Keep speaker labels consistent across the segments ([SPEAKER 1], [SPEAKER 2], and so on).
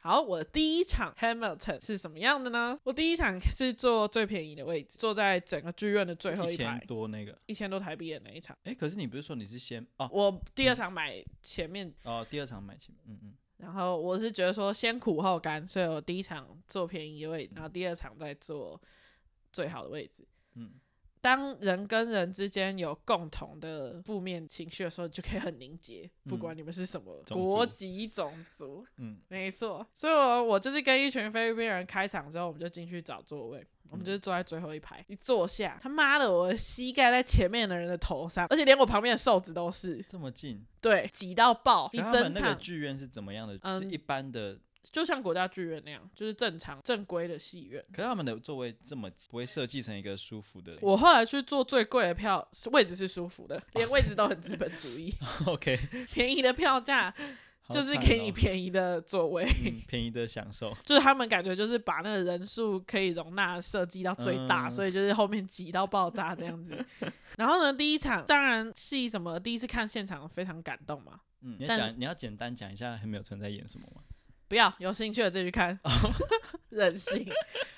[SPEAKER 1] 好，我第一场 Hamilton 是什么样的呢？我第一场是坐最便宜的位置，坐在整个剧院的最后
[SPEAKER 2] 一
[SPEAKER 1] 一
[SPEAKER 2] 千
[SPEAKER 1] 排，
[SPEAKER 2] 多那个。
[SPEAKER 1] 一千多台币的那一场。
[SPEAKER 2] 哎，可是你不是说你是先哦
[SPEAKER 1] 我第二场买前面，
[SPEAKER 2] 哦第二场买前面，嗯嗯，
[SPEAKER 1] 然后我是觉得说先苦后甘，所以我第一场坐便宜的位置，然后第二场再坐最好的位置。
[SPEAKER 2] 嗯，
[SPEAKER 1] 当人跟人之间有共同的负面情绪的时候，就可以很凝结，不
[SPEAKER 2] 嗯
[SPEAKER 1] 管你们是什么
[SPEAKER 2] 种
[SPEAKER 1] 国
[SPEAKER 2] 族
[SPEAKER 1] 籍、种族，
[SPEAKER 2] 嗯，
[SPEAKER 1] 没错。所以我我就是跟一群菲律宾人开场之后，我们就进去找座位，我们
[SPEAKER 2] 嗯
[SPEAKER 1] 就是坐在最后一排。一坐下，他妈的，我的膝盖在前面的人的头上，而且连我旁边的瘦子都是，
[SPEAKER 2] 这么近。
[SPEAKER 1] 对，挤到爆，
[SPEAKER 2] 可
[SPEAKER 1] 一
[SPEAKER 2] 他
[SPEAKER 1] 整
[SPEAKER 2] 们那个
[SPEAKER 1] 场
[SPEAKER 2] 剧院是怎么样的？是
[SPEAKER 1] 嗯
[SPEAKER 2] 一般的，
[SPEAKER 1] 就像国家剧院那样，就是正常正规的戏院。
[SPEAKER 2] 可是他们的座位这么不会设计成一个舒服的。
[SPEAKER 1] 我后来去坐最贵的票，位置是舒服的，连
[SPEAKER 2] 是
[SPEAKER 1] 位置都很资本主义，
[SPEAKER 2] OK，
[SPEAKER 1] 便宜的票价
[SPEAKER 2] 哦好
[SPEAKER 1] 就是
[SPEAKER 2] 惨
[SPEAKER 1] 给你
[SPEAKER 2] 哦
[SPEAKER 1] 便宜的座位，
[SPEAKER 2] 嗯便宜的享受。
[SPEAKER 1] 就是他们感觉就是把那个人数可以容纳设计到最大，
[SPEAKER 2] 嗯
[SPEAKER 1] 所以就是后面挤到爆炸这样子。然后呢，第一场当然是什么，第一次看现场非常感动嘛。
[SPEAKER 2] 嗯，你要
[SPEAKER 1] 但
[SPEAKER 2] 讲，你要简单讲一下 Hamilton 在演什么吗？
[SPEAKER 1] 不要有兴趣的再去看， 任性。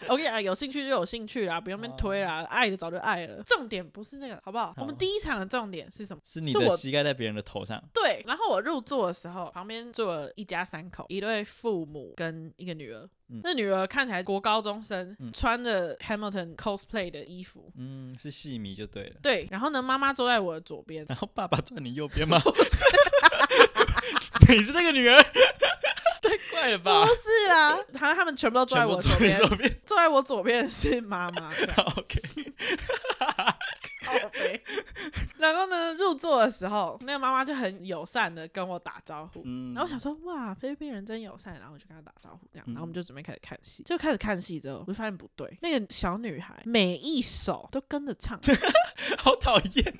[SPEAKER 1] 我跟你讲，有兴趣就有兴趣啦，不用被推啦，爱的早就爱了。重点不是那个，好不好？我们第一场的重点是什么？
[SPEAKER 2] 是你
[SPEAKER 1] 是
[SPEAKER 2] 的
[SPEAKER 1] 我
[SPEAKER 2] 膝盖在别人的头上，
[SPEAKER 1] 对，然后我入座的时候，旁边坐了一家三口，一对父母跟一个女儿。
[SPEAKER 2] 嗯
[SPEAKER 1] 那女儿看起来国高中生，
[SPEAKER 2] 嗯
[SPEAKER 1] 穿着 Hamilton cosplay 的衣服。
[SPEAKER 2] 嗯，是戏迷就对 了。
[SPEAKER 1] 对，然后呢，妈妈坐在我的左 边，
[SPEAKER 2] 然后爸爸坐在你右边吗？ 你是那个女儿，太怪了吧
[SPEAKER 1] 不？是啦， 好像他们全部都坐在
[SPEAKER 2] 全部
[SPEAKER 1] 我
[SPEAKER 2] 坐
[SPEAKER 1] 左
[SPEAKER 2] 你
[SPEAKER 1] 边，
[SPEAKER 2] 左边。
[SPEAKER 1] 坐在我左边的是妈妈。 这样
[SPEAKER 2] OK，
[SPEAKER 1] 靠北然后呢，入座的时候，那个妈妈就很友善的跟我打招呼。
[SPEAKER 2] 嗯，
[SPEAKER 1] 然后我想说，哇，菲律宾人真友善，然后我就跟她打招呼，这样，
[SPEAKER 2] 嗯
[SPEAKER 1] 然后我们就准备开始看戏。就开始看戏之后，我就发现不对，那个小女孩每一首都跟着 唱，
[SPEAKER 2] 好讨厌，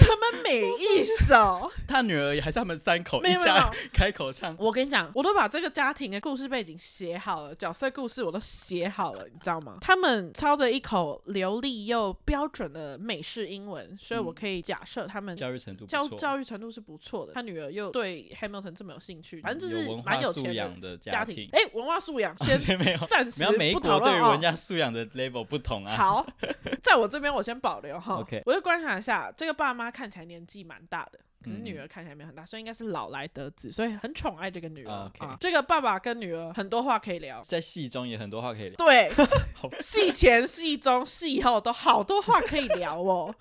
[SPEAKER 1] 他们每一 首，
[SPEAKER 2] 他女儿还是他们三口
[SPEAKER 1] 没
[SPEAKER 2] 一
[SPEAKER 1] 有没有没
[SPEAKER 2] 家
[SPEAKER 1] 有，
[SPEAKER 2] 开口唱，
[SPEAKER 1] 我跟你讲，我都把这个家庭的故事背景写好了，角色故事我都写好了，你知道吗？他们操着一口流利又标准的美式英文，所以我可以假设他们
[SPEAKER 2] 嗯教育程度不
[SPEAKER 1] 教
[SPEAKER 2] 错，
[SPEAKER 1] 教育程度是不错的，他女儿又对 Hamilton 这么有兴趣，反正就
[SPEAKER 2] 有
[SPEAKER 1] 是
[SPEAKER 2] 文
[SPEAKER 1] 蛮
[SPEAKER 2] 化
[SPEAKER 1] 有
[SPEAKER 2] 素
[SPEAKER 1] 钱
[SPEAKER 2] 养
[SPEAKER 1] 的
[SPEAKER 2] 的
[SPEAKER 1] 家
[SPEAKER 2] 庭
[SPEAKER 1] 庭。。哎、文化素养先
[SPEAKER 2] 没有，
[SPEAKER 1] 暂时
[SPEAKER 2] 没有美
[SPEAKER 1] 不
[SPEAKER 2] 国
[SPEAKER 1] 讨
[SPEAKER 2] 对
[SPEAKER 1] 论
[SPEAKER 2] 于
[SPEAKER 1] 哦
[SPEAKER 2] 文家素养的 level 不同啊。
[SPEAKER 1] 好， 在我这边我先保留哈。
[SPEAKER 2] OK
[SPEAKER 1] 我就观察一下，这个爸妈看起来年纪蛮大的，可是
[SPEAKER 2] 嗯
[SPEAKER 1] 女儿看起来没有很大，所以应该是老来得子，所以很宠爱这个女儿、
[SPEAKER 2] 哦 OK
[SPEAKER 1] 啊。这个爸爸跟女儿很多话可以聊，
[SPEAKER 2] 在戏中也很多话可以聊，
[SPEAKER 1] 对
[SPEAKER 2] 好，
[SPEAKER 1] 戏前、戏中、戏后都好多话可以聊哦。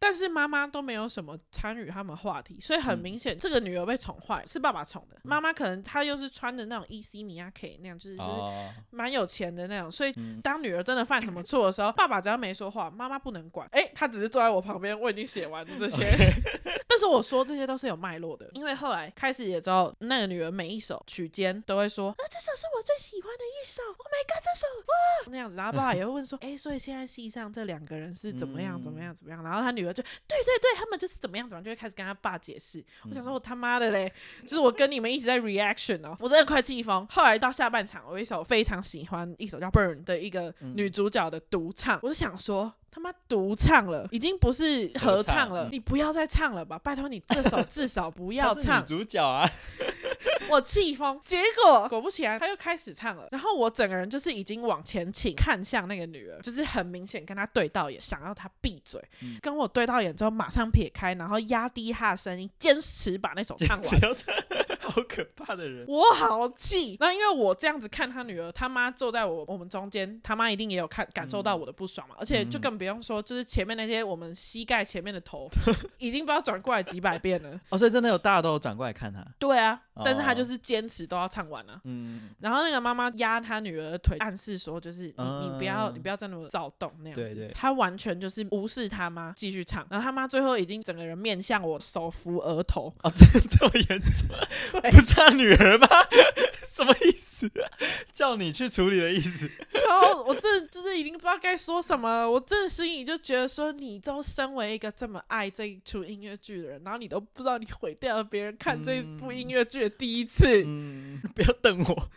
[SPEAKER 1] 但是妈妈都没有什么参与他们话题，所以
[SPEAKER 2] 嗯
[SPEAKER 1] 很明显，这个女儿被宠坏是爸爸宠的。妈妈可能她又是穿的那种 E C 米亚 K 那样，就是就是
[SPEAKER 2] 哦，
[SPEAKER 1] 蛮有钱的那种，所以当女儿真的犯什么错的时 候，爸爸只要没说话，妈妈不能管。诶，他只是坐在我旁边，我已经写完了 这些。但是我说这些都是有脉络的，因为后来开始也知道，那个女儿每一首曲间都会说，啊，这首是我最喜欢的一首，Oh my god，这首哇那样子，然后爸爸也会问 说，诶，所以现在戏上这两个人是怎么样，
[SPEAKER 2] 嗯
[SPEAKER 1] 怎么样，怎么样？然后他女儿就，对对对，他们就是怎么样，怎么样，就会开始跟他爸解释。我
[SPEAKER 2] 嗯
[SPEAKER 1] 想说，我他妈的嘞，就是我跟你们一直在 reaction 哦，我真的快气疯。后来到下半场，我有一首非常喜欢，一首叫《Burn》的一个女主角的独唱，我就想说。他妈独唱了，已经不是合唱
[SPEAKER 2] 合
[SPEAKER 1] 了，
[SPEAKER 2] 唱嗯
[SPEAKER 1] 你不要再唱了吧！拜托你这首至少不要
[SPEAKER 2] 她是
[SPEAKER 1] 唱
[SPEAKER 2] 女，主角啊，
[SPEAKER 1] 我气疯。结 果果不其然，他又开始唱了，然后我整个人就是已经往前倾，看向那个女儿，就是很明显跟她对到眼，想要她闭嘴。跟我对到眼之后，马上撇开，然后压低她的声音，坚持把那首唱 完
[SPEAKER 2] 只。要唱， 好可怕的人。
[SPEAKER 1] 我好气。那因为我这样子看他女儿，他妈坐在我我们中间，他妈一定也有看感受到我的不爽嘛。而且就更不用说，就是前面那些我们膝盖前面的头，已经不知道转过来几百遍了。
[SPEAKER 2] 哦，所以真的有大家都有转过来看他。
[SPEAKER 1] 对啊，但是他
[SPEAKER 2] 哦
[SPEAKER 1] 就是坚持都要唱完啊。
[SPEAKER 2] 嗯，
[SPEAKER 1] 然后那个妈妈压他女儿的腿，暗示说就是你、你不要
[SPEAKER 2] 嗯
[SPEAKER 1] 你不要再那么躁动那样子。
[SPEAKER 2] 对对
[SPEAKER 1] 他完全就是无视他妈，继续唱。然后他妈最后已经整个人面向我，手扶额头，
[SPEAKER 2] 哦，这这么严重？不是他女儿吗？ 什么意思？啊叫你去处理的意思？
[SPEAKER 1] 然后我真的就是已经不知道该说什么了，我真的心里就觉得说，你都身为一个这么爱这一出音乐剧的人，然后你都不知道你毁掉了别人看这部音乐剧的第一次，
[SPEAKER 2] 嗯，不要瞪我。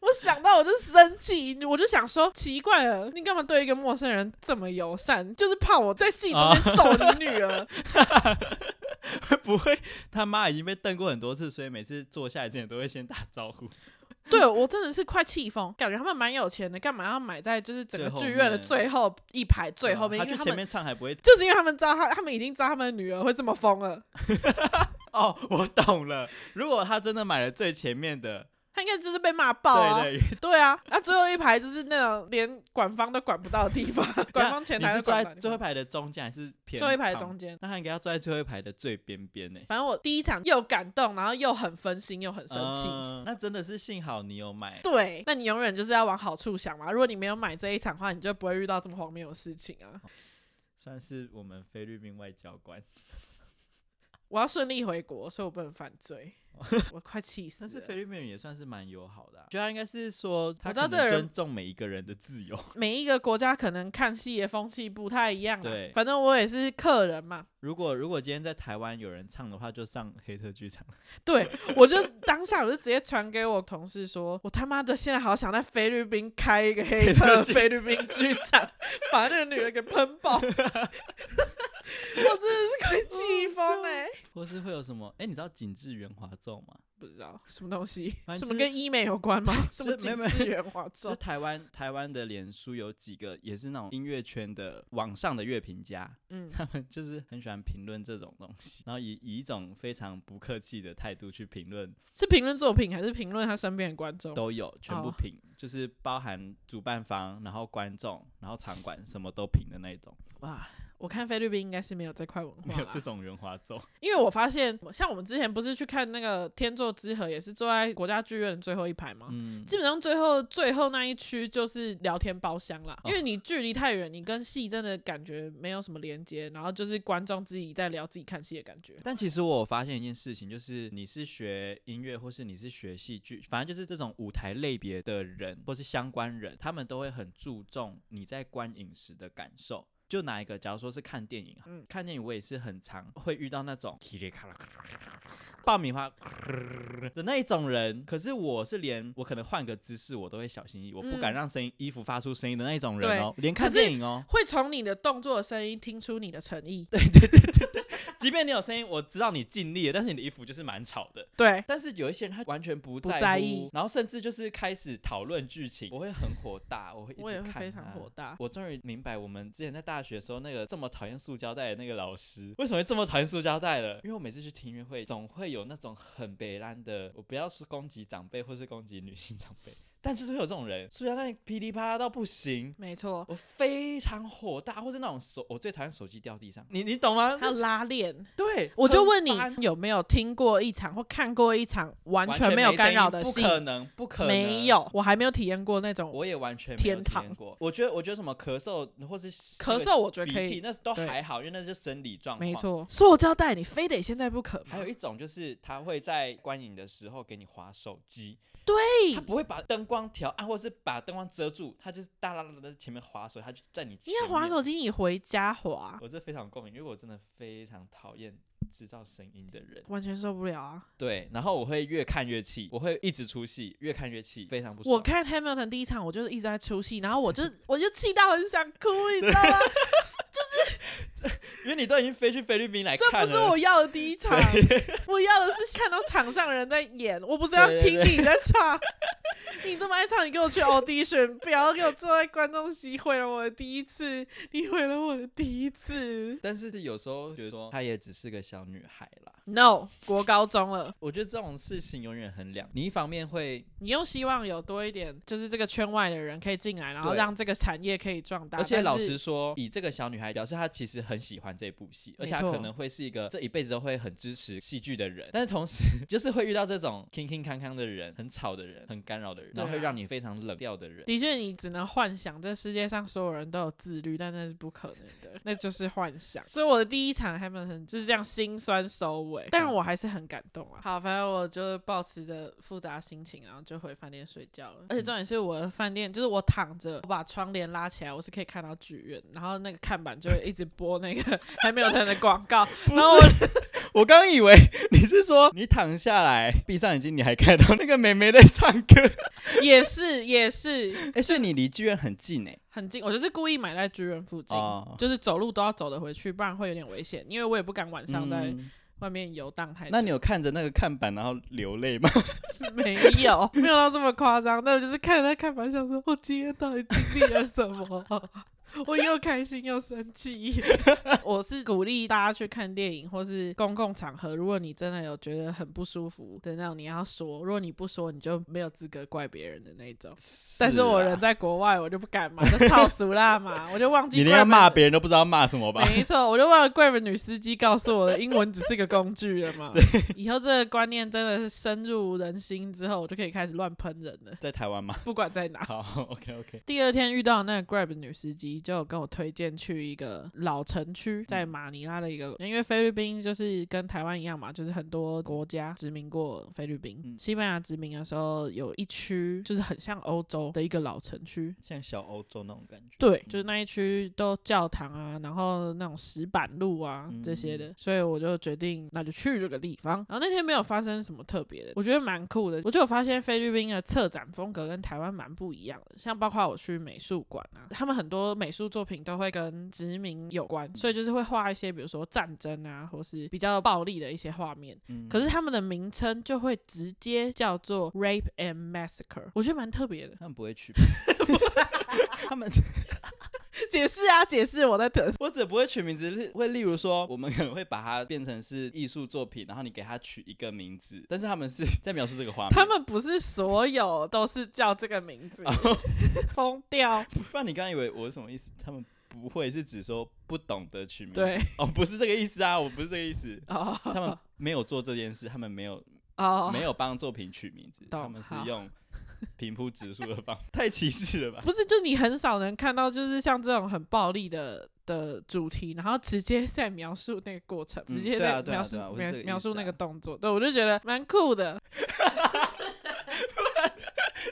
[SPEAKER 1] 我想到我就生气，我就想说，奇怪了，你干嘛对一个
[SPEAKER 2] 啊
[SPEAKER 1] 陌生人这么友善？就是怕我在戏中间揍你女儿。
[SPEAKER 2] 不会他妈已经被瞪过很多次，所以每次坐下来之前都会先打招呼。
[SPEAKER 1] 对我真的是快气疯，感觉他们蛮有钱的，干嘛要买在就是整个
[SPEAKER 2] 最后
[SPEAKER 1] 剧院的
[SPEAKER 2] 面啊
[SPEAKER 1] 最后一排最后面？
[SPEAKER 2] 哦他
[SPEAKER 1] 因为
[SPEAKER 2] 去
[SPEAKER 1] 他
[SPEAKER 2] 前
[SPEAKER 1] 们
[SPEAKER 2] 面唱还不会
[SPEAKER 1] 就是因为他们知道他，他们已经知道他们的女儿会这么疯了，
[SPEAKER 2] 哦，我懂了。如果他真的买了最前 面的，
[SPEAKER 1] 他应该就是被骂爆啊。
[SPEAKER 2] 对对，
[SPEAKER 1] 对啊，那、最后一排就是那种连管方都管不到的地 方，管方前
[SPEAKER 2] 你
[SPEAKER 1] 台
[SPEAKER 2] 是
[SPEAKER 1] 都
[SPEAKER 2] 坐
[SPEAKER 1] 管
[SPEAKER 2] 在
[SPEAKER 1] 不到的地
[SPEAKER 2] 最后一
[SPEAKER 1] 方
[SPEAKER 2] 排的中间还是偏
[SPEAKER 1] 最后一排
[SPEAKER 2] 旁
[SPEAKER 1] 中间。
[SPEAKER 2] 那他应该要坐在最后一排的最边边欸呢。
[SPEAKER 1] 反正我第一场又感动，然后又很分心，又很生气。
[SPEAKER 2] 嗯那真的是幸好你有买。
[SPEAKER 1] 对，那你永远就是要往好处想嘛。如果你没有买这一场的话，你就不会遇到这么荒谬的事情啊。
[SPEAKER 2] 算是我们菲律宾外交官，
[SPEAKER 1] 我要顺利回国，所以我不能犯罪。 我快气死
[SPEAKER 2] 但哦是
[SPEAKER 1] 了！
[SPEAKER 2] 菲律宾人也算是蛮友好的、啊，觉得他应该是说他
[SPEAKER 1] 我知道
[SPEAKER 2] 可
[SPEAKER 1] 这
[SPEAKER 2] 能
[SPEAKER 1] 个人
[SPEAKER 2] 尊重每一个人的自由。
[SPEAKER 1] 每一个国家可能看戏的风气不太一样、啊。
[SPEAKER 2] 对
[SPEAKER 1] 反正我也是客人嘛。
[SPEAKER 2] 如果如果今天在台湾有人唱的话，就上黑特剧场。
[SPEAKER 1] 对，我就当下我就直接传给我同事说，我他妈的现在好想在菲律宾开一个黑特菲律宾剧场，把那个女人给喷爆。我 真的是快气疯哎！
[SPEAKER 2] 或是会有什么？哎、你知道紧致圆滑奏吗？
[SPEAKER 1] 不知道什么东西，
[SPEAKER 2] 反
[SPEAKER 1] 什
[SPEAKER 2] 正
[SPEAKER 1] 么
[SPEAKER 2] 就是
[SPEAKER 1] 跟医美有关 吗？什么
[SPEAKER 2] 就没
[SPEAKER 1] 紧
[SPEAKER 2] 有没有
[SPEAKER 1] 致圆滑
[SPEAKER 2] 就
[SPEAKER 1] 妆
[SPEAKER 2] 是？台湾台湾的脸书有几个也是那种音乐圈的网上的乐评家，
[SPEAKER 1] 嗯，
[SPEAKER 2] 他们就是很喜欢评论这种东西，然后以以一种非常不客气的态度去评论，
[SPEAKER 1] 是评论作品还是评论他身边的观众？
[SPEAKER 2] 都有全部
[SPEAKER 1] 哦
[SPEAKER 2] 评，就是包含主办方，然后观众，然后场馆什么都评的那一种，
[SPEAKER 1] 哇，我看菲律宾应该是没有这块文化
[SPEAKER 2] 没
[SPEAKER 1] 啦，
[SPEAKER 2] 有这种圆滑奏。
[SPEAKER 1] 因为我发现，像我们之前不是去看那个《天作之合》，也是坐在国家剧院的最后一排吗？
[SPEAKER 2] 嗯，
[SPEAKER 1] 基本上最后最后那一区就是聊天包厢啦，
[SPEAKER 2] 哦
[SPEAKER 1] 因为你距离太远，你跟戏真的感觉没有什么连接，然后就是观众自己在聊自己看戏的感觉。
[SPEAKER 2] 但其实我有发现一件事情，就是你是学音乐，或是你是学戏剧，反正就是这种舞台类别的人，或是相关人，他们都会很注重你在观影时的感受。就拿一个，假如说是看电影，
[SPEAKER 1] 嗯
[SPEAKER 2] 看电影我也是很常会遇到那种爆米花的那一种人，可是我是连我可能换个姿势我都会小心翼翼，我不敢
[SPEAKER 1] 嗯
[SPEAKER 2] 让声音衣服发出声音的那一种
[SPEAKER 1] 对
[SPEAKER 2] 人哦，连看
[SPEAKER 1] 可是
[SPEAKER 2] 电影哦，
[SPEAKER 1] 会从你的动作的声音听出你的诚意，对
[SPEAKER 2] 即便你有声音，我知道你尽力了，但是你的衣服就是蛮吵的。
[SPEAKER 1] 对
[SPEAKER 2] 但是有一些人他完全不在
[SPEAKER 1] 不在意
[SPEAKER 2] 然后甚至就是开始讨论剧情，我会很火大，我会一
[SPEAKER 1] 我也
[SPEAKER 2] 直
[SPEAKER 1] 会
[SPEAKER 2] 看啊
[SPEAKER 1] 非常
[SPEAKER 2] 他
[SPEAKER 1] 火。大。
[SPEAKER 2] 我终于明白，我们之前在大学的时候，那个这么讨厌塑胶袋的那个老师，为什么会这么讨厌塑胶袋了？因为我每次去听音乐会，总会有那种很北烂的，我不要说攻击长辈，或是攻击女性长辈， 但就是会有这种人，塑胶袋噼里啪啦到不行，
[SPEAKER 1] 没错，
[SPEAKER 2] 我非常火大，或是那种手，我最讨厌手机掉地上，你你懂吗？
[SPEAKER 1] 还有拉链，
[SPEAKER 2] 对，
[SPEAKER 1] 我就
[SPEAKER 2] 很
[SPEAKER 1] 问你
[SPEAKER 2] 烦
[SPEAKER 1] 有没有听过一场或看过一场完
[SPEAKER 2] 完
[SPEAKER 1] 全没有
[SPEAKER 2] 声
[SPEAKER 1] 干扰
[SPEAKER 2] 音
[SPEAKER 1] 的
[SPEAKER 2] 不
[SPEAKER 1] 戏？
[SPEAKER 2] 可能，不可能，
[SPEAKER 1] 没，有，我还没有体验过那种
[SPEAKER 2] 我也完全没有
[SPEAKER 1] 天
[SPEAKER 2] 体
[SPEAKER 1] 堂
[SPEAKER 2] 验过。我觉得，我觉得什么咳嗽或是
[SPEAKER 1] 咳嗽，我觉得
[SPEAKER 2] 鼻
[SPEAKER 1] 可
[SPEAKER 2] 涕，
[SPEAKER 1] 以，
[SPEAKER 2] 那是都
[SPEAKER 1] 对
[SPEAKER 2] 还好，因为那是生理状况。
[SPEAKER 1] 没。错。塑胶袋你非得现在不可吗，
[SPEAKER 2] 还有一种就是他会在观影的时候给你划手机，
[SPEAKER 1] 对
[SPEAKER 2] 他不会把灯光调暗，或是把灯光遮住，他就是哒啦啦的前面划手，他就在你前
[SPEAKER 1] 你要滑
[SPEAKER 2] 面
[SPEAKER 1] 手。机，啊你回家滑，
[SPEAKER 2] 我这非常共鸣，因为我真的非常讨厌制造声音的人。
[SPEAKER 1] 完全受不了啊！
[SPEAKER 2] 对，然后我会越看越气，我会一直出戏，越看越气，非常不爽。
[SPEAKER 1] 我看 Hamilton 第一场，我就是一直在出戏，然后我 就我就气到很想哭，你知道 吗？
[SPEAKER 2] 因为你都已经飞去菲律宾来
[SPEAKER 1] 这
[SPEAKER 2] 看了，
[SPEAKER 1] 不是我要的第一场， 我要的是看到场上人在演，我不是要
[SPEAKER 2] 对对
[SPEAKER 1] 听你在唱。你这么爱唱，你给我去 audition，不要给我坐在观众席，毁了我的第一次，你毁了我的第一次。
[SPEAKER 2] 但是有时候觉得说她也只是个小女孩啦。
[SPEAKER 1] No，国高中了，
[SPEAKER 2] 我觉得这种事情永远很两，你一方面会，
[SPEAKER 1] 你又希望有多一点，就是这个圈外的人可以进来，然后
[SPEAKER 2] 对
[SPEAKER 1] 让这个产业可以壮大。
[SPEAKER 2] 而且
[SPEAKER 1] 但
[SPEAKER 2] 老
[SPEAKER 1] 是
[SPEAKER 2] 实说，以这个小女孩表示，她其实很喜欢这部戏，而且她
[SPEAKER 1] 没错
[SPEAKER 2] 可能会是一个这一辈子都会很支持戏剧的人，但是同时就是会遇到这种铿铿锵锵的人、很吵的人、很干扰的人，
[SPEAKER 1] 对啊
[SPEAKER 2] 然后会让你非常冷掉的人。
[SPEAKER 1] 的确，你只能幻想这世界上所有人都有自律，但那是不可能 的，那就是幻想。所以我的第一场还蛮很就是这样心酸收尾，但是我还是很感动啊。好，反正我就保持着复杂心情，然后就回饭店睡觉了。而且重点是我的饭店就是我躺着，我把窗帘拉起来，我是可以看到剧院，然后那个看板就会一直播那个 还没有人的广告， 然后我
[SPEAKER 2] 我刚以为你是说你躺下来，闭上眼睛，你还看到那个妹妹在唱 歌，
[SPEAKER 1] 也是也是
[SPEAKER 2] 哎、所以你离剧院很近哎、
[SPEAKER 1] 很近，我就是故意买在剧院附近。
[SPEAKER 2] 哦，
[SPEAKER 1] 就是走路都要走得回去，不然会有点危险。因为我也不敢晚上在
[SPEAKER 2] 嗯
[SPEAKER 1] 外面游荡太久。
[SPEAKER 2] 那你有看着那个看板然后流泪吗？
[SPEAKER 1] 没 有，没有到这么夸张，但我就是看着他看板，想说我今天到底经历了什么？ 我又开心又生气。 我是鼓励大家去看电影或是公共场合，如果你真的有觉得很不舒服的那种，你要说；如果你不说，你就没有资格怪别人的那种。 但是啊我人
[SPEAKER 2] 在，
[SPEAKER 1] 在国外，我就不敢嘛，就操俗啦嘛，我就忘 记。
[SPEAKER 2] 你连要骂别人都不知道骂什么吧？
[SPEAKER 1] 没错，我就忘了贵人女司机告诉我的，英文只是个工具了 嘛。以后这个观念真的是深入人心之后，我就可以开始乱喷人 了，
[SPEAKER 2] 在台 湾吗？
[SPEAKER 1] 不管在哪。
[SPEAKER 2] 好，OK OK，
[SPEAKER 1] 第二天遇到那个 Grab 的女司机，就有跟我推荐去一个老城区，
[SPEAKER 2] 嗯
[SPEAKER 1] 在马尼拉的一个，因为菲律宾就是跟台湾一样嘛，就是很多国家殖民过菲律宾，
[SPEAKER 2] 嗯
[SPEAKER 1] 西班牙殖民的时候有一区就是很像欧洲的一个老城区，
[SPEAKER 2] 像小欧洲那种感觉。嗯
[SPEAKER 1] 对，就是那一区都教堂啊，然后那种石板路啊
[SPEAKER 2] 嗯
[SPEAKER 1] 这些的，所以我就决定那就去这个地方。然后那天没有发生什么特别的，我觉得蛮酷的。我就有发现菲律宾的策展风格跟台湾蛮不一样的，像包括我去美术馆啊，他们很多美术作品都会跟殖民有关，所以就是会画一些比如说战争啊，或是比较暴力的一些画面。
[SPEAKER 2] 嗯
[SPEAKER 1] 可是他们的名称就会直接叫做 rape and massacre，我觉得蛮特别的。
[SPEAKER 2] 他们不会去吧，他们
[SPEAKER 1] 解释啊，解释，我在等。
[SPEAKER 2] 我只不会取名字，是会例如说，我们可能会把它变成是艺术作品，然后你给它取一个名字，但是他们是在描述这个画面，
[SPEAKER 1] 他们不是所有都是叫这个名
[SPEAKER 2] 哦
[SPEAKER 1] 字， 疯掉。
[SPEAKER 2] 不然你刚刚以为我是什么意思？他们不会是指说不懂得取名字，
[SPEAKER 1] 对，
[SPEAKER 2] 哦，不是这个意思啊，我不是这个意思，
[SPEAKER 1] 哦，
[SPEAKER 2] 他们没有做这件 事，他们没有
[SPEAKER 1] 哦，
[SPEAKER 2] 没有帮作品取名字，
[SPEAKER 1] 懂
[SPEAKER 2] 他们是
[SPEAKER 1] 好
[SPEAKER 2] 用平铺直述的方， 太歧视了吧？
[SPEAKER 1] 不是，就你很少能看到，就是像这种很暴力的的主题，然后直接在描述那个过程，直接
[SPEAKER 2] 对
[SPEAKER 1] 在
[SPEAKER 2] 啊对啊
[SPEAKER 1] 描述
[SPEAKER 2] 对啊我是
[SPEAKER 1] 描
[SPEAKER 2] 这个意思啊
[SPEAKER 1] 描述那个动作，对我就觉得蛮酷的。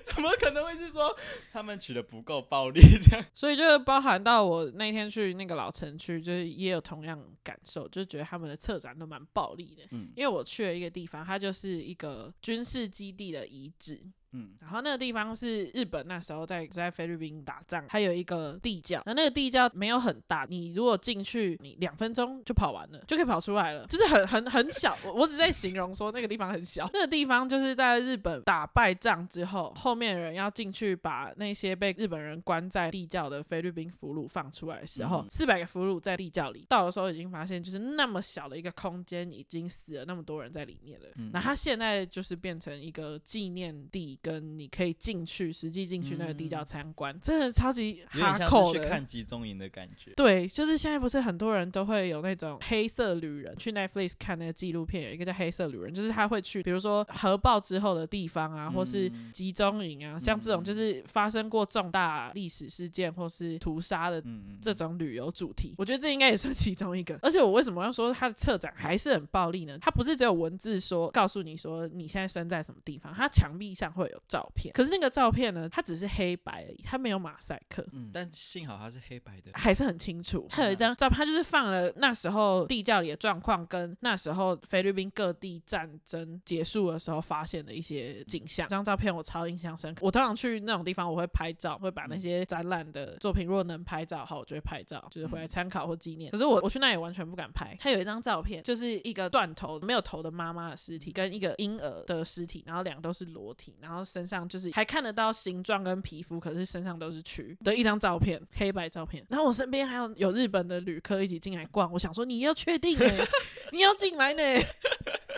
[SPEAKER 2] 怎么可能会是说他们取的不够暴力这样？
[SPEAKER 1] 所以就是包含到我那天去那个老城区，就是也有同样感受，就觉得他们的策展都蛮暴力的。
[SPEAKER 2] 嗯
[SPEAKER 1] 因为我去了一个地方，它就是一个军事基地的遗址，
[SPEAKER 2] 嗯
[SPEAKER 1] 然后那个地方是日本那时候在在菲律宾打仗，它有一个地窖，那那个地窖没有很大，你如果进去，你两分钟就跑完了，就可以跑出来了，就是很很很小。我我只在形容说那个地方很小，那个地方就是在日本打败仗之后，后面的人要进去把那些被日本人关在地窖的菲律宾俘虏放出来的时候
[SPEAKER 2] 嗯，
[SPEAKER 1] 四百、个俘虏在地窖里，到的时候已经发现，就是那么小的一个空间，已经死了那么多人在里面了。
[SPEAKER 2] 嗯
[SPEAKER 1] 那它现在就是变成一个纪念地，跟你可以进去实际进去那个地窖参观，真的超级
[SPEAKER 2] 嗯有点
[SPEAKER 1] 哈
[SPEAKER 2] 像是
[SPEAKER 1] 扣
[SPEAKER 2] 去
[SPEAKER 1] 的。
[SPEAKER 2] 看集中营的感觉。
[SPEAKER 1] 对，就是现在不是很多人都会有那种黑色旅人，去 Netflix 看那个纪录片，有一个叫黑色旅人，就是他会去，比如说核爆之后的地方啊，或是
[SPEAKER 2] 嗯
[SPEAKER 1] 集中营啊，像这种就是发生过重大历史事件或是屠杀的
[SPEAKER 2] 嗯，嗯
[SPEAKER 1] 这种旅游主题，我觉得这应该也算其中一个。而且我为什么要说它的策展还是很暴力呢？它不是只有文字说告诉你说你现在身在什么地方，它墙壁上会有照片，可是那个照片呢，它只是黑白而已，它没有马赛克。
[SPEAKER 2] 嗯，但幸好它是黑白的。
[SPEAKER 1] 还是很清楚，它有一张照片，它就是放了那时候地窖里的状况，跟那时候菲律宾各地战争结束的时候发现的一些景象。这张照片我超印象深刻。我通常去那种地方，我会拍照，会把那些展览的作品，如果能拍照的话，我就会拍照，就是回来参考或纪念。可是我我去那里完全不敢拍。它有一张照片，就是一个断头没有头的妈妈的尸体，跟一个婴儿的尸体，然后两个都是裸体，然后身上就是还看得到形状跟皮肤，可是身上都是蛆的一张照片，黑白照片。然后我身边还有有日本的旅客一起进来逛，我想说你要确定呢、 你要进来呢、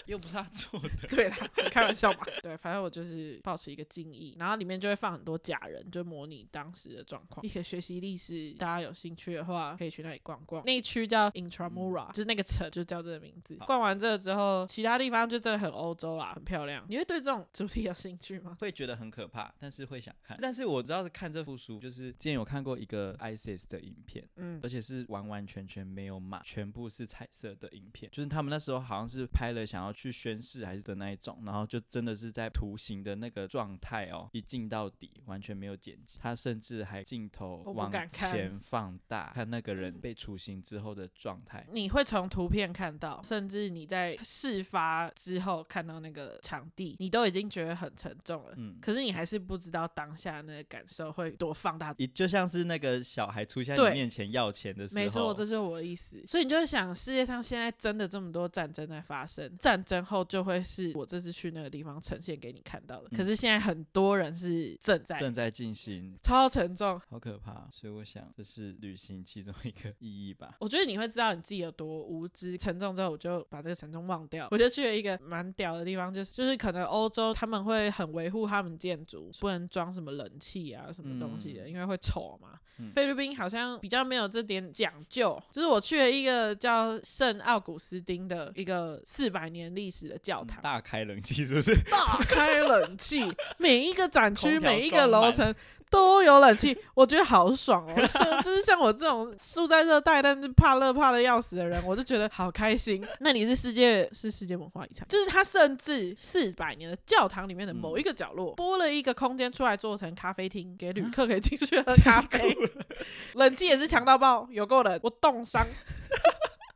[SPEAKER 2] 又不是他做的。
[SPEAKER 1] 对啦，开玩笑嘛。 对，反正我就是保持一个敬意，然后里面就会放很多假人，就模拟当时的状况。一个学习历史，大家有兴趣的话，可以去那里逛逛。那一区叫 Intramura，、就是那个城就叫这个名字。
[SPEAKER 2] 好
[SPEAKER 1] 逛完这个之后，其他地方就真的很欧洲啦，很漂亮。你会对这种主题有兴趣吗？
[SPEAKER 2] 会觉得很可怕，但是会想看。但是我知道是看这部书，就是之前有看过一个 ISIS 的影片，
[SPEAKER 1] 嗯
[SPEAKER 2] 而且是完完全全没有码，全部是彩色的影片。就是他们那时候好像是拍了想要去宣誓还是的那一种，然后就真的是在图形的那个状态哦，一镜到底，完全没有剪辑，他甚至还镜头
[SPEAKER 1] 我不
[SPEAKER 2] 往
[SPEAKER 1] 敢看
[SPEAKER 2] 前放大，看那个人被处刑之后的状态。
[SPEAKER 1] 你会从图片看到，甚至你在事发之后看到那个场地，你都已经觉得很沉重了。
[SPEAKER 2] 嗯，
[SPEAKER 1] 可是你还是不知道当下那个感受会多放大。
[SPEAKER 2] 也就像是那个小孩出现在
[SPEAKER 1] 对
[SPEAKER 2] 你面前要钱的时候，
[SPEAKER 1] 没错，这就是我的意思。所以你就会想，世界上现在真的这么多战争在发生，战争后就会是我这次去那个地方呈现给你看到的。
[SPEAKER 2] 嗯
[SPEAKER 1] 可是现在很多人是正在
[SPEAKER 2] 正在进行，
[SPEAKER 1] 超沉重，
[SPEAKER 2] 好可怕。哦所以我想，这是旅行其中一个意义吧。
[SPEAKER 1] 我觉得你会知道你自己有多无知。沉重之后，我就把这个沉重忘掉。我就去了一个蛮屌的地方，就是就是可能欧洲他们会很维护他们建筑，不能装什么冷气啊什么东西的，
[SPEAKER 2] 嗯
[SPEAKER 1] 因为会丑嘛。
[SPEAKER 2] 嗯
[SPEAKER 1] 菲律宾好像比较没有这点讲究。就是我去了一个叫圣奥古斯丁的一个四百年历史的教
[SPEAKER 2] 嗯
[SPEAKER 1] 堂，
[SPEAKER 2] 大开冷气是不是？
[SPEAKER 1] 大开冷气，每一个展区、
[SPEAKER 2] 空调
[SPEAKER 1] 每一个楼层都有冷气，我觉得好爽 哦！像就是像我这种住在热带但是怕热怕的要死的人，我就觉得好开心。那里是世界是世界文化遗产，嗯就是它甚至四百年的教堂里面的某一个角落，拨了一个空间出来做成咖啡厅，给旅客可以进去喝咖啡， 冷气也是强到爆，有够冷，我冻伤，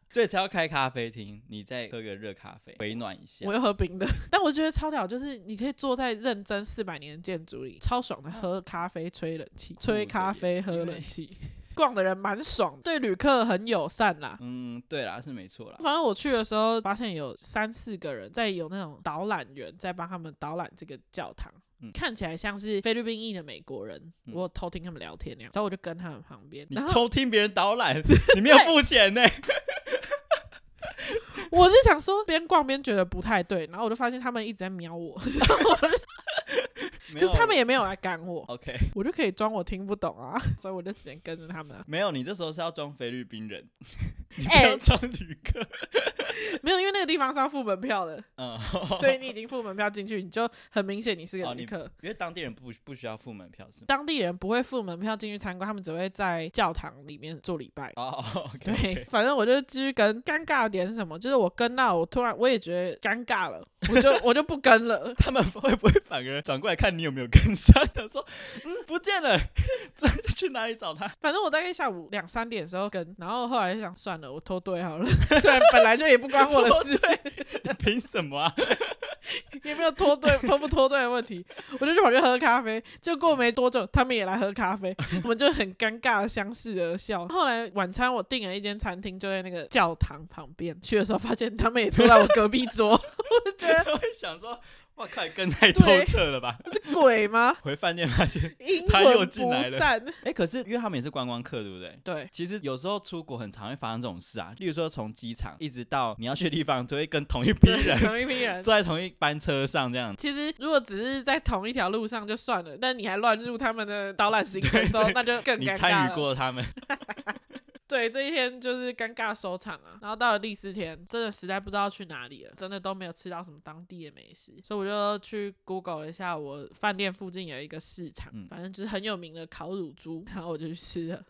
[SPEAKER 2] 所以才要开咖啡厅，你再喝个热咖啡，回暖一下
[SPEAKER 1] 我。又喝冰的， 但我觉得超屌，就是你可以坐在认真四百年的建筑里，超爽
[SPEAKER 2] 嗯
[SPEAKER 1] 的喝咖啡、吹冷气，吹咖啡、喝冷气，逛的人蛮爽，对旅客很友善啦。
[SPEAKER 2] 嗯，对啦，是没错啦。
[SPEAKER 1] 反正我去的时候，发现有三四个人在有那种导览员在帮他们导览这个教堂，
[SPEAKER 2] 嗯
[SPEAKER 1] 看起来像是菲律宾裔的美国人。
[SPEAKER 2] 嗯
[SPEAKER 1] 我有偷听他们聊天那样，然后我就跟他们旁边，
[SPEAKER 2] 你
[SPEAKER 1] 然后
[SPEAKER 2] 偷听别人导览，你没有付钱呢、
[SPEAKER 1] 我就想说边逛边觉得不太对，然后我就发现他们一直在瞄我，
[SPEAKER 2] 可
[SPEAKER 1] 可是他们也没有来赶我，
[SPEAKER 2] OK，
[SPEAKER 1] 我就可以装我听不懂啊， 所以我就只能跟着他们、啊。
[SPEAKER 2] 没有，你这时候是要装菲律宾人， 你不
[SPEAKER 1] 哎
[SPEAKER 2] 要装旅客。
[SPEAKER 1] 没有，因为那个地方是要付门票的，
[SPEAKER 2] 嗯，
[SPEAKER 1] 所以你已经付门票进去，你就很明显你是个
[SPEAKER 2] 哦
[SPEAKER 1] 旅
[SPEAKER 2] 你
[SPEAKER 1] 客。
[SPEAKER 2] 因为当地人不不需要付门票是吗？
[SPEAKER 1] 当地人不会付门票进去参观，他们只会在教堂里面做礼拜。
[SPEAKER 2] 哦哦，OK，,
[SPEAKER 1] 对
[SPEAKER 2] o k
[SPEAKER 1] 反正我就继续跟。尴尬的点是什么？就是我跟到我突然我也觉得尴尬了，我 就我就不跟了。
[SPEAKER 2] 他们会不会反而转过来看你有没有跟上？他说，嗯，不见了， 这去哪里找他？
[SPEAKER 1] 反正我大概下午两三点的时候跟，然后后来就想算了，我脱队好了。 虽然本来就也不关我的事，
[SPEAKER 2] 你凭什么啊？
[SPEAKER 1] 也没有脱队脱不脱队的问题，我就去跑去喝咖啡。就过没多久，他们也来喝咖啡，我们就很尴尬的相视而笑。后来晚餐我订了一间餐厅，就在那个教堂旁边。去的时候发现他们也坐在我隔壁桌， 我就觉 得
[SPEAKER 2] 他会想说，哇靠，你跟太透
[SPEAKER 1] 对
[SPEAKER 2] 彻了吧？
[SPEAKER 1] 是鬼吗？
[SPEAKER 2] 回饭店发现，
[SPEAKER 1] 阴
[SPEAKER 2] 他又
[SPEAKER 1] 魂
[SPEAKER 2] 进
[SPEAKER 1] 不
[SPEAKER 2] 来了
[SPEAKER 1] 散。
[SPEAKER 2] 哎、可是因为他们也是观光客，对不对？
[SPEAKER 1] 对，
[SPEAKER 2] 其实有时候出国很常会发生这种事啊，例如说从机场一直到你要去的地方，都会跟同一批
[SPEAKER 1] 对
[SPEAKER 2] 人
[SPEAKER 1] 同一批人。
[SPEAKER 2] 坐在同一班车上这样。
[SPEAKER 1] 其实如果只是在同一条路上就算了，但你还乱入他们的导览行程的时候，
[SPEAKER 2] 对对
[SPEAKER 1] 那就更
[SPEAKER 2] 你
[SPEAKER 1] 尴尬
[SPEAKER 2] 参与
[SPEAKER 1] 了。
[SPEAKER 2] 过他们，
[SPEAKER 1] 对，这一天就是尴尬收场啊。然后到了第四天，真的实在不知道去哪里了，真的都没有吃到什么当地的美食，所以我就去 Google 了一下，我饭店附近有一个市场，
[SPEAKER 2] 嗯
[SPEAKER 1] 反正就是很有名的烤乳猪，然后我就去吃了。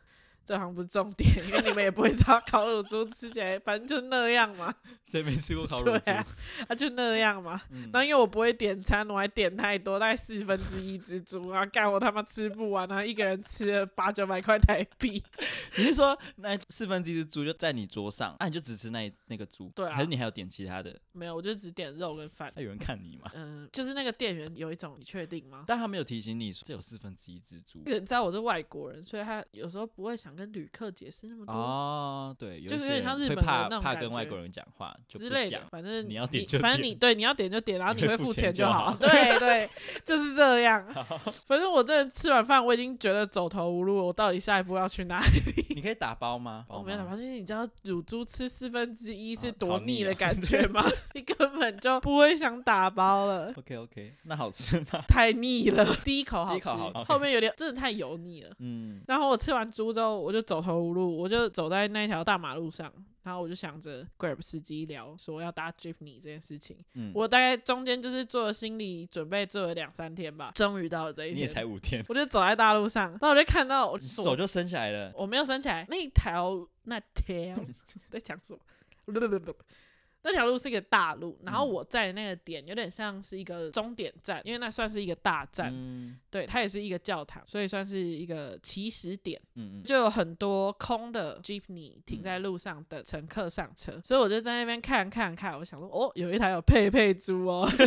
[SPEAKER 1] 这好像不是重点，因为你们也不会知道烤乳猪吃起来，反正就那样嘛，
[SPEAKER 2] 谁没吃过 烤
[SPEAKER 1] 对
[SPEAKER 2] 乳猪？
[SPEAKER 1] 啊，啊就那样嘛。
[SPEAKER 2] 嗯
[SPEAKER 1] 那因为我不会点餐，我还点太多，大概四分之一只猪，然后干我他妈吃不完，然后一个人吃了八九百块台 币。
[SPEAKER 2] 你是说那四分之一只猪就在你桌上，那、你就只吃那一那个猪？
[SPEAKER 1] 对啊
[SPEAKER 2] 还是你还有点其他的？
[SPEAKER 1] 没有，我就只点肉跟饭。
[SPEAKER 2] 那有人看你吗？
[SPEAKER 1] 嗯，就是那个店员有一种，你确定吗？
[SPEAKER 2] 但他没有提醒你说这有四分之一只猪
[SPEAKER 1] 那个人知道我是外国人，所以他有时候不会想跟旅客解释那么多、
[SPEAKER 2] 哦，对，有
[SPEAKER 1] 就有
[SPEAKER 2] 一些
[SPEAKER 1] 点
[SPEAKER 2] 人
[SPEAKER 1] 像日
[SPEAKER 2] 会
[SPEAKER 1] 本人
[SPEAKER 2] 怕
[SPEAKER 1] 那种
[SPEAKER 2] 怕
[SPEAKER 1] 感
[SPEAKER 2] 跟外
[SPEAKER 1] 觉
[SPEAKER 2] 国人讲话就
[SPEAKER 1] 之
[SPEAKER 2] 不
[SPEAKER 1] 类的
[SPEAKER 2] 讲。。
[SPEAKER 1] 反正
[SPEAKER 2] 你要点就
[SPEAKER 1] 反正
[SPEAKER 2] 点
[SPEAKER 1] 你对你要点就点，然后
[SPEAKER 2] 你
[SPEAKER 1] 你
[SPEAKER 2] 会
[SPEAKER 1] 会
[SPEAKER 2] 付
[SPEAKER 1] 付
[SPEAKER 2] 钱
[SPEAKER 1] 钱
[SPEAKER 2] 就好
[SPEAKER 1] 好。 对对，就是这样。反正我真的吃完饭，我已经觉得走投无路了，我到底下一步要去哪里？
[SPEAKER 2] 你可以打包吗？
[SPEAKER 1] 我没有打
[SPEAKER 2] 包
[SPEAKER 1] 包，因为你知道乳猪吃四分之一
[SPEAKER 2] 啊
[SPEAKER 1] 是
[SPEAKER 2] 好
[SPEAKER 1] 多
[SPEAKER 2] 腻
[SPEAKER 1] 腻
[SPEAKER 2] 啊
[SPEAKER 1] 的感觉吗？ 你根本就不会想打包了。
[SPEAKER 2] OK OK，那 好吃 吗？
[SPEAKER 1] 太腻了，第一口
[SPEAKER 2] 第
[SPEAKER 1] 好
[SPEAKER 2] 一
[SPEAKER 1] 吃，
[SPEAKER 2] 口好，OK
[SPEAKER 1] 后面有点真的太油腻了。
[SPEAKER 2] 嗯，
[SPEAKER 1] 然后我吃完猪之后，我就走投无路，我就走在那条大马路上，然后我就想着 Grab 司机聊说要搭 Jeepney 这件事情。
[SPEAKER 2] 嗯
[SPEAKER 1] 我大概中间就是做了心理准备，做了两三天吧，终于到了这一
[SPEAKER 2] 你也才
[SPEAKER 1] 天。
[SPEAKER 2] 五天，
[SPEAKER 1] 我就走在大路上，然后我就看到我
[SPEAKER 2] 你手就伸起来了。
[SPEAKER 1] 我没有伸起来，那一条那条在讲什么？不不不不，那条路是一个大路，然
[SPEAKER 2] 嗯
[SPEAKER 1] 后我在那个点有点像是一个终点站，因为那算是一个大站，
[SPEAKER 2] 嗯
[SPEAKER 1] 对，它也是一个教堂，所以算是一个起始点。
[SPEAKER 2] 嗯嗯，
[SPEAKER 1] 就有很多空的 jeepney 停
[SPEAKER 2] 嗯
[SPEAKER 1] 在路上等乘客上车，所以我就在那边看看看，我想说哦，有一台有佩佩猪哦，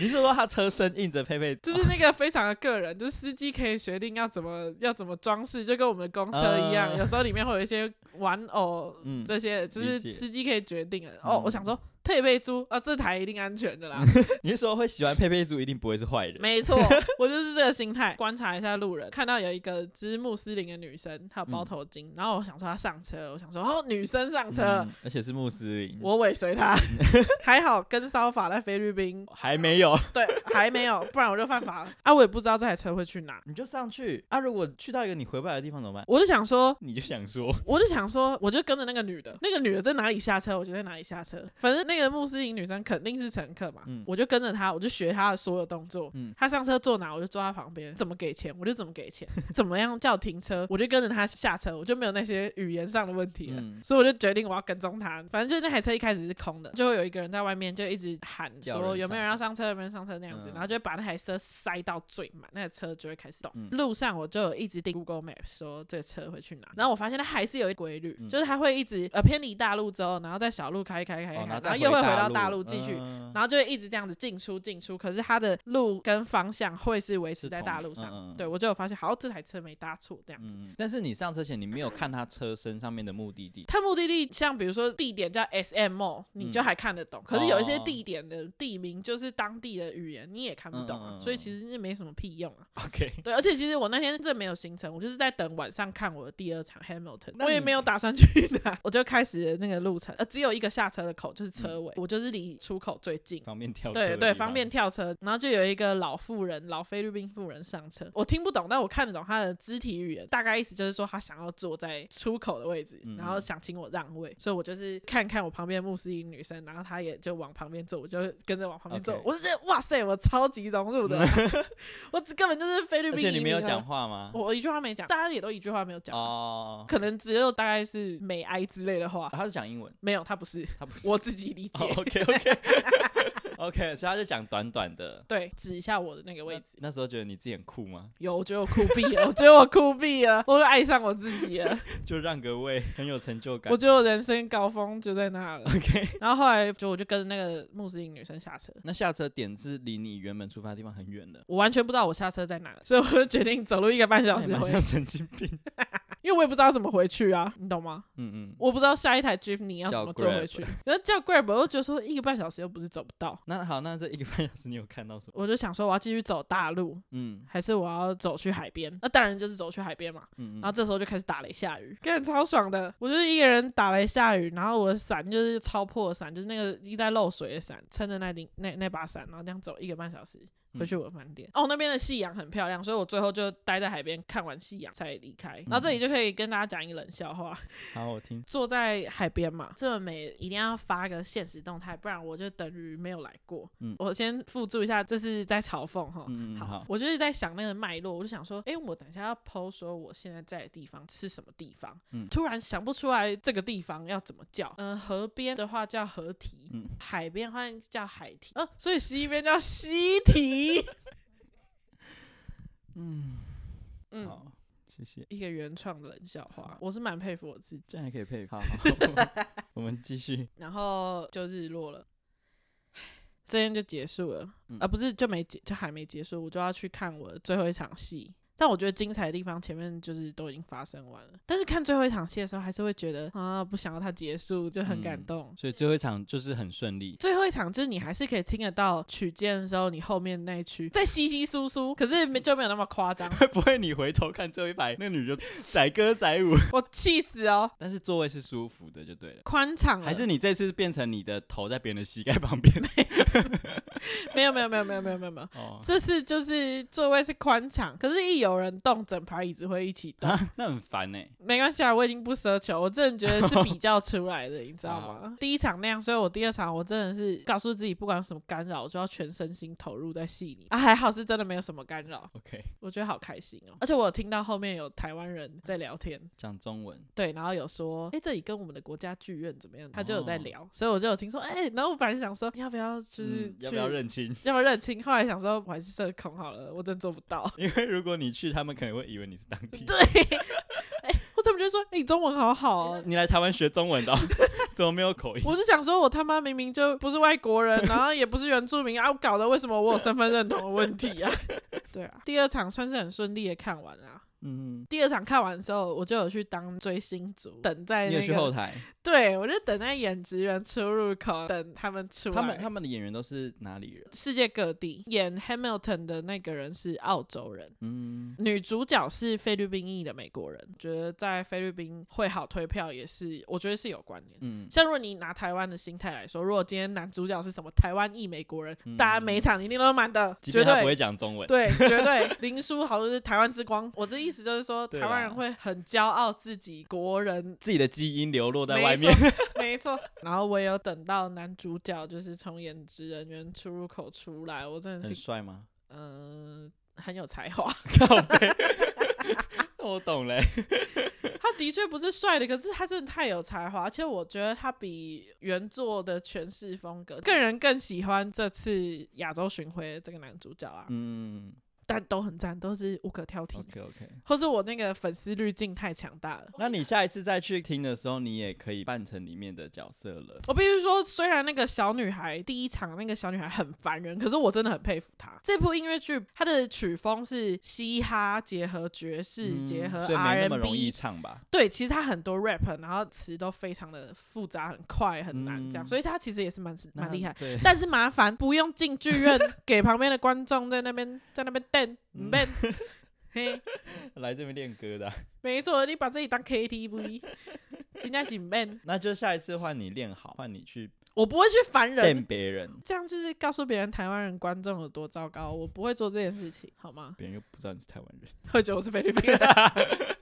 [SPEAKER 2] 你是说他车身印着佩佩，
[SPEAKER 1] 就是那个非常的个人，就是司机可以决定要怎么要怎么装饰，就跟我们的公车一样，
[SPEAKER 2] 嗯
[SPEAKER 1] 有时候里面会有一些玩偶
[SPEAKER 2] 嗯
[SPEAKER 1] 这些，就是
[SPEAKER 2] 理解
[SPEAKER 1] 司机可以决定的。哦，我想
[SPEAKER 2] 嗯
[SPEAKER 1] 说佩佩猪啊，这台一定安全的啦，
[SPEAKER 2] 你是说会喜欢佩佩猪一定不会是坏人？
[SPEAKER 1] 没错，我就是这个心态。观察一下路人，看到有一个就是穆斯林的女生，她有包
[SPEAKER 2] 嗯
[SPEAKER 1] 头巾，然后我想说她上车了，我想说哦，女生上车了。
[SPEAKER 2] 嗯，而且是穆斯林，
[SPEAKER 1] 我尾随她，
[SPEAKER 2] 嗯
[SPEAKER 1] 还好跟骚法在菲律宾，
[SPEAKER 2] 还没有，
[SPEAKER 1] 对，还没有，不然我就犯法了啊！我也不知道这台车会去哪，
[SPEAKER 2] 你就上去啊！如果去到一个你回不来的地方怎么办？
[SPEAKER 1] 我就想说，
[SPEAKER 2] 你就想说，
[SPEAKER 1] 我就想说，我就跟着那个女的，那个女的在哪里下车，我就在哪里下车。反正那个穆斯林女生肯定是乘客嘛，
[SPEAKER 2] 嗯
[SPEAKER 1] 我就跟着她，我就学她的所有动作。
[SPEAKER 2] 嗯
[SPEAKER 1] 她上车坐哪，我就坐她旁边，怎么给钱我就怎么给钱，怎么样叫停车我就跟着她下车，我就没有那些语言上的问题了。
[SPEAKER 2] 嗯
[SPEAKER 1] 所以我就决定我要跟踪她。反正就那台车一开始是空的，就会有一个人在外面就一直喊
[SPEAKER 2] 叫
[SPEAKER 1] 说
[SPEAKER 2] 人
[SPEAKER 1] 有没有人
[SPEAKER 2] 上车
[SPEAKER 1] 要上车，有没有人上车那样子，
[SPEAKER 2] 嗯
[SPEAKER 1] 然后就会把那台车塞到最满，那个车就会开始动。
[SPEAKER 2] 嗯
[SPEAKER 1] 路上我就有一直盯 Google Map 说这车会去哪，然后我发现它还是有一规律，
[SPEAKER 2] 嗯
[SPEAKER 1] 就是它会一直呃偏离大路之后，然后在小路开开开开，
[SPEAKER 2] 哦
[SPEAKER 1] 哎然
[SPEAKER 2] 再
[SPEAKER 1] 后又会
[SPEAKER 2] 回
[SPEAKER 1] 到
[SPEAKER 2] 大
[SPEAKER 1] 大路继续。
[SPEAKER 2] 嗯
[SPEAKER 1] 然后就会一直这样子进出进出，可是它的路跟方向会是维持
[SPEAKER 2] 是
[SPEAKER 1] 在
[SPEAKER 2] 同
[SPEAKER 1] 大
[SPEAKER 2] 一
[SPEAKER 1] 路上。
[SPEAKER 2] 嗯嗯嗯
[SPEAKER 1] 对我就有发现，好，这台车没搭错这样子。
[SPEAKER 2] 嗯，但是你上车前你没有看他车身上面的目的 地，
[SPEAKER 1] 它目的地像比如说地点叫 S M O，你就
[SPEAKER 2] 嗯
[SPEAKER 1] 还看得懂。可是有一些
[SPEAKER 2] 哦
[SPEAKER 1] 地点的地名就是当地的语言，你也看不懂啊，
[SPEAKER 2] 嗯嗯嗯
[SPEAKER 1] 所以
[SPEAKER 2] 嗯
[SPEAKER 1] 其实是没什么屁用啊。
[SPEAKER 2] OK，
[SPEAKER 1] 对，而且其实我那天真的没有行程，我就是在等晚上看我的第二场 Hamilton，
[SPEAKER 2] 那
[SPEAKER 1] 我也
[SPEAKER 2] 你
[SPEAKER 1] 没 有打算去哪，我就开始了那个路程，呃，只有一个下车的口就是车
[SPEAKER 2] 嗯
[SPEAKER 1] 尾，我就是离出口最近。
[SPEAKER 2] 方便跳车的
[SPEAKER 1] 对
[SPEAKER 2] 地
[SPEAKER 1] 对，
[SPEAKER 2] 方
[SPEAKER 1] 方便。跳车，然后就有一个老妇人，老菲律宾妇人上车，我听不懂，但我看得懂她的肢体语言，大概意思就是说她想要坐在出口的位置，
[SPEAKER 2] 嗯
[SPEAKER 1] 然后想请我让位，所以我就是看看我旁边的穆斯林女生，然后她也就往旁边坐，我就跟着往旁边坐
[SPEAKER 2] OK
[SPEAKER 1] 我就觉得哇塞，我超级融入 的，我只根本就是菲律
[SPEAKER 2] 而
[SPEAKER 1] 宾，啊
[SPEAKER 2] 且你没有讲，话吗？
[SPEAKER 1] 我一句话没讲，大家也都一句话没有讲，啊
[SPEAKER 2] 哦，
[SPEAKER 1] 可能只有大概是美哀之类的话，
[SPEAKER 2] 他是讲英文，
[SPEAKER 1] 没有，她不 是，
[SPEAKER 2] 他不是。
[SPEAKER 1] 我自己理解。
[SPEAKER 2] OK OK OK，所以他就讲短短的
[SPEAKER 1] 对，指一下我的那个位
[SPEAKER 2] 那
[SPEAKER 1] 置。
[SPEAKER 2] 那时候觉得你自己很酷吗？
[SPEAKER 1] 有，我觉得我酷毙了，我觉得我酷毙了，我都爱上我自己了，
[SPEAKER 2] 就让个位，很有成就感
[SPEAKER 1] 我。觉得我人生高峰就在那了。
[SPEAKER 2] OK，
[SPEAKER 1] 然后后来就我就跟那个穆斯林女生下车，
[SPEAKER 2] 那下车点是离你原本出发的地方很远的，
[SPEAKER 1] 我完全不知道我下车在哪，所以我就决定走路一个半小
[SPEAKER 2] 那也
[SPEAKER 1] 时
[SPEAKER 2] 哎蛮
[SPEAKER 1] 回，
[SPEAKER 2] 像神经病。
[SPEAKER 1] 因为我也不知道怎么回去啊，你懂吗？
[SPEAKER 2] 嗯嗯，
[SPEAKER 1] 我不知道下一台 Jeepney 要怎么坐回去，然后叫 Grab，我就觉得说一个半小时又不是走不到，
[SPEAKER 2] 那好，那这一个半小时你有看到什么？
[SPEAKER 1] 我就想说我要继续走大路，
[SPEAKER 2] 嗯
[SPEAKER 1] 还是我要走去海边？那当然就是走去海边嘛。
[SPEAKER 2] 嗯
[SPEAKER 1] 然后
[SPEAKER 2] 嗯，
[SPEAKER 1] 这时候就开始打雷下雨，干超爽的。我就是一个人打雷下雨，然后我的伞就是超破的伞，就是那个一带漏水的伞，撑着那顶那那把伞，然后这样走一个半小时回去我的饭店。哦，那边的夕阳很漂亮，所以我最后就待在海边看完夕阳才离开。然后这里就可以跟大家讲一个冷笑话，
[SPEAKER 2] 嗯好，我听。
[SPEAKER 1] 坐在海边嘛，这么美，一定要发个现实动态，不然我就等于没有来过。
[SPEAKER 2] 嗯
[SPEAKER 1] 我先附注一下，这是在嘲讽哈。
[SPEAKER 2] 嗯嗯
[SPEAKER 1] 好，
[SPEAKER 2] 好
[SPEAKER 1] 我就是在想那个脉络，我就想说，诶，我等一下要剖说我现在在的地方是什么地方，
[SPEAKER 2] 嗯
[SPEAKER 1] 突然想不出来这个地方要怎么叫。嗯、河边的话叫河堤，
[SPEAKER 2] 嗯
[SPEAKER 1] 海边的话叫海堤，哦、所以西边叫西 堤。嗯嗯，
[SPEAKER 2] 好，谢谢，
[SPEAKER 1] 一个原创的冷笑话，我是蛮佩服我自己。
[SPEAKER 2] 这样还可以配。好，好 我们继续。
[SPEAKER 1] 然后就日落了，这天就结束了，
[SPEAKER 2] 嗯
[SPEAKER 1] 啊，不是就没结，就还没结束，我就要去看我的最后一场戏。但我觉得精彩的地方前面就是都已经发生完了，但是看最后一场戏的时候，还是会觉得啊，不想要它结束，就很感
[SPEAKER 2] 嗯
[SPEAKER 1] 动。
[SPEAKER 2] 所以最后一场就是很顺利，
[SPEAKER 1] 最后一场就是你还是可以听得到曲间的时候，你后面那一区在稀稀疏疏，可是没就没有那么夸
[SPEAKER 2] ，
[SPEAKER 1] 张
[SPEAKER 2] 会不会你回头看最后一排那女就载歌载舞？
[SPEAKER 1] 我气死哦！
[SPEAKER 2] 但是座位是舒服的就对了。啊
[SPEAKER 1] 宽敞了
[SPEAKER 2] 还是你这次变成你的头在别人的膝盖旁边？
[SPEAKER 1] 没有没有没有没有没有没有没有，
[SPEAKER 2] 哦，
[SPEAKER 1] 这次就是座位是宽敞，可是，一有人动，整排椅子会一起动。
[SPEAKER 2] 啊， 那很烦呢、
[SPEAKER 1] 没关系啊，我已经不奢求，我真的觉得是比较出来的，你知道
[SPEAKER 2] 啊
[SPEAKER 1] 吗？第一场那样，所以我第二场我真的是告诉自己，不管有什么干扰，我就要全身心投入在戏里。啊，还好是真的没有什么干扰，
[SPEAKER 2] OK，
[SPEAKER 1] 我觉得好开心哦。而且我有听到后面有台湾人在聊天，
[SPEAKER 2] 讲中文，
[SPEAKER 1] 对，然后有说，哎、这里跟我们的国家剧院怎么样？他就有在
[SPEAKER 2] 哦
[SPEAKER 1] 聊，所以我就有听说，哎、然后我本来想说要不要就是
[SPEAKER 2] 嗯
[SPEAKER 1] 去、
[SPEAKER 2] 要不要认亲？
[SPEAKER 1] 要不要认亲，后来想说我还是社恐好了，我真做不 到。
[SPEAKER 2] 因为如果你去，他们可能会以为你是当地。
[SPEAKER 1] 对，哎、我怎么就说，哎、你中文好好哦、
[SPEAKER 2] 你来台湾学中文的哦、 怎么没有口音？
[SPEAKER 1] 我就想说，我他妈明明就不是外国人，然后也不是原住民啊，我搞得为什么我有身份认同的问题 啊？对啊，第二场算是很顺利的看完啦、
[SPEAKER 2] 嗯，
[SPEAKER 1] 第二场看完的时候，我就有去当追星族，等在
[SPEAKER 2] 你
[SPEAKER 1] 那
[SPEAKER 2] 也去后
[SPEAKER 1] 个，
[SPEAKER 2] 台？
[SPEAKER 1] 对我就等在演职员出入口，等他们出来。
[SPEAKER 2] 他们他们的演员都是哪里人？
[SPEAKER 1] 世界各地演 Hamilton 的那个人是澳洲人，
[SPEAKER 2] 嗯，
[SPEAKER 1] 女主角是菲律宾裔的美国人，觉得在菲律宾会好推票也是，我觉得是有关联。
[SPEAKER 2] 嗯，
[SPEAKER 1] 像如果你拿台湾的心态来说，如果今天男主角是什么台湾裔美国人，大家每一场一定都满的，
[SPEAKER 2] 嗯即
[SPEAKER 1] 绝
[SPEAKER 2] 便他不
[SPEAKER 1] 对
[SPEAKER 2] 会。讲中文，
[SPEAKER 1] 对，绝对林书豪就是台湾之光。我这意思就是说，
[SPEAKER 2] 对
[SPEAKER 1] 台湾
[SPEAKER 2] 啦
[SPEAKER 1] 人会很骄傲自己国人
[SPEAKER 2] 自己的基因流落在
[SPEAKER 1] 没
[SPEAKER 2] 外
[SPEAKER 1] 错
[SPEAKER 2] 面。
[SPEAKER 1] 没错。然后我也有等到男主角就是从演职人员出入口出来，我真的
[SPEAKER 2] 很
[SPEAKER 1] 是
[SPEAKER 2] 帅吗？
[SPEAKER 1] 嗯、呃很有才华。
[SPEAKER 2] 靠背，哦我懂嘞。
[SPEAKER 1] 他的确不是帅的，可是他真的太有才华，而且我觉得他比原作的诠释风格，个人更喜欢这次亚洲巡回的这个男主角啊，
[SPEAKER 2] 嗯
[SPEAKER 1] 但都很赞，都是无可挑剔。
[SPEAKER 2] ，OK OK。
[SPEAKER 1] 或是我那个粉丝滤镜太强大了。
[SPEAKER 2] 那你下一次再去听的时候，你也可以扮成里面的角色了。
[SPEAKER 1] 我必须说，虽然那个小女孩第一场那个小女孩很烦人，可是我真的很佩服她。这部音乐剧它的曲风是嘻哈结合爵士，
[SPEAKER 2] 嗯
[SPEAKER 1] 结合
[SPEAKER 2] 所以没那么容
[SPEAKER 1] R&B
[SPEAKER 2] 易唱吧？
[SPEAKER 1] 对，其实它很多 rap，然后词都非常的复杂、很快、很难这样，
[SPEAKER 2] 嗯
[SPEAKER 1] 所以它其实也是蛮
[SPEAKER 2] 那
[SPEAKER 1] 蛮厉害。
[SPEAKER 2] 对，
[SPEAKER 1] 但是麻烦不用进剧院，给旁边的观众在那边在那边瞪
[SPEAKER 2] 嗯
[SPEAKER 1] 瞪。嘿，
[SPEAKER 2] 来这边练歌的啊、
[SPEAKER 1] 没错，你把自己当 KTV，真 的是 man，
[SPEAKER 2] 那就下一次换你练好，换你去
[SPEAKER 1] 我不会去烦人
[SPEAKER 2] 练，别人，
[SPEAKER 1] 这样就是告诉别人台湾人观众有多糟糕，我不会做这件事情，好吗？
[SPEAKER 2] 别人又不知道你是台湾人。
[SPEAKER 1] 会觉得我是菲律宾人。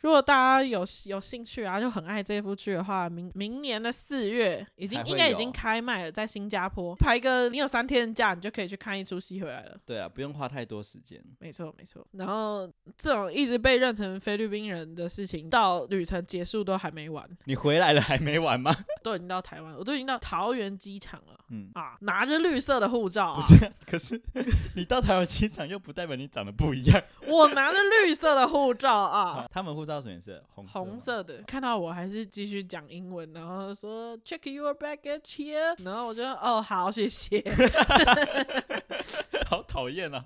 [SPEAKER 1] 如果大家有有兴趣啊，就很爱这部剧的话，明明年的四月已经
[SPEAKER 2] 还会
[SPEAKER 1] 应该已经
[SPEAKER 2] 有啊
[SPEAKER 1] 开卖了，在新加坡排个你有三天的假，你就可以去看一出戏回来了。
[SPEAKER 2] 对啊，不用花太多时间。
[SPEAKER 1] 没错，没错。然后这种一直被认成菲律宾人的事情，到旅程结束都还没完，
[SPEAKER 2] 你回来了还没完 吗？
[SPEAKER 1] 都已经到台湾，我都已经到桃园机场了
[SPEAKER 2] 嗯，
[SPEAKER 1] 啊，拿着绿色的护照、啊，
[SPEAKER 2] 不是啊，可是你到台湾机场又不代表你长得不一样。
[SPEAKER 1] 我拿着绿色的护照啊，
[SPEAKER 2] 他们护照什么颜色？红色。
[SPEAKER 1] 红。色的，看到我还是继续讲英文，然后说 check your baggage here，然后我就哦好谢谢，
[SPEAKER 2] 好讨厌啊！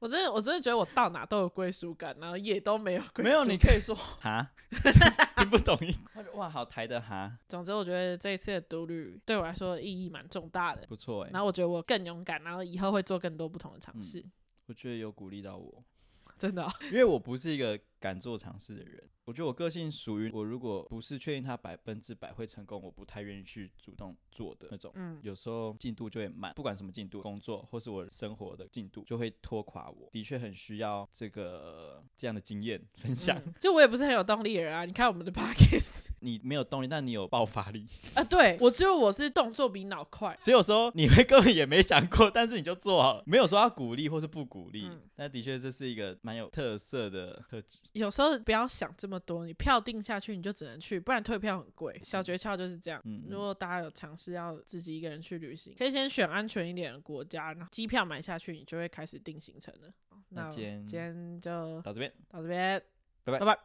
[SPEAKER 1] 我真的我真的觉得我到哪都有归属感，然后也都没有归属
[SPEAKER 2] 没
[SPEAKER 1] 感
[SPEAKER 2] 有，你。可以说哈， 听不懂英。 哇，好台的哈，
[SPEAKER 1] 总之我觉得这一次的独旅对我来说意义蛮重大的，
[SPEAKER 2] 不错哎、
[SPEAKER 1] 然后我觉得我更勇敢，然后以后会做更多不同的尝试，
[SPEAKER 2] 我觉得有鼓励到我，
[SPEAKER 1] 真 的哦、
[SPEAKER 2] 因为我不是一个敢做尝试的人。我觉得我个性属于我，如果不是确定它百分之百会成功，我不太愿意去主动做的那种。
[SPEAKER 1] 嗯，
[SPEAKER 2] 有时候进度就会慢，不管什么进度，工作或是我生活的进度，就会拖垮我。的确很需要这个这样的经验分享。
[SPEAKER 1] 嗯就我也不是很有动力的人啊，你看我们的 podcast
[SPEAKER 2] 你没有动力，但你有爆发力，
[SPEAKER 1] 啊，对我只有我是动作比脑快，
[SPEAKER 2] 所以有时候你会根本也没想过，但是你就做好了，没有说要鼓励或是不鼓励。
[SPEAKER 1] 嗯
[SPEAKER 2] 但的确这是一个蛮有特色的特质。
[SPEAKER 1] 有时候不要想这么多，你票定下去你就只能去，不然退票很贵。小诀窍就是这样。
[SPEAKER 2] 嗯
[SPEAKER 1] 如果大家有尝试要自己一个人去旅行，可以先选安全一点的国家，然后机票买下去，你就会开始定行程了。哦
[SPEAKER 2] 那
[SPEAKER 1] 我
[SPEAKER 2] 今天
[SPEAKER 1] 今天就
[SPEAKER 2] 到这边。
[SPEAKER 1] 到这边，
[SPEAKER 2] 拜拜
[SPEAKER 1] 拜拜。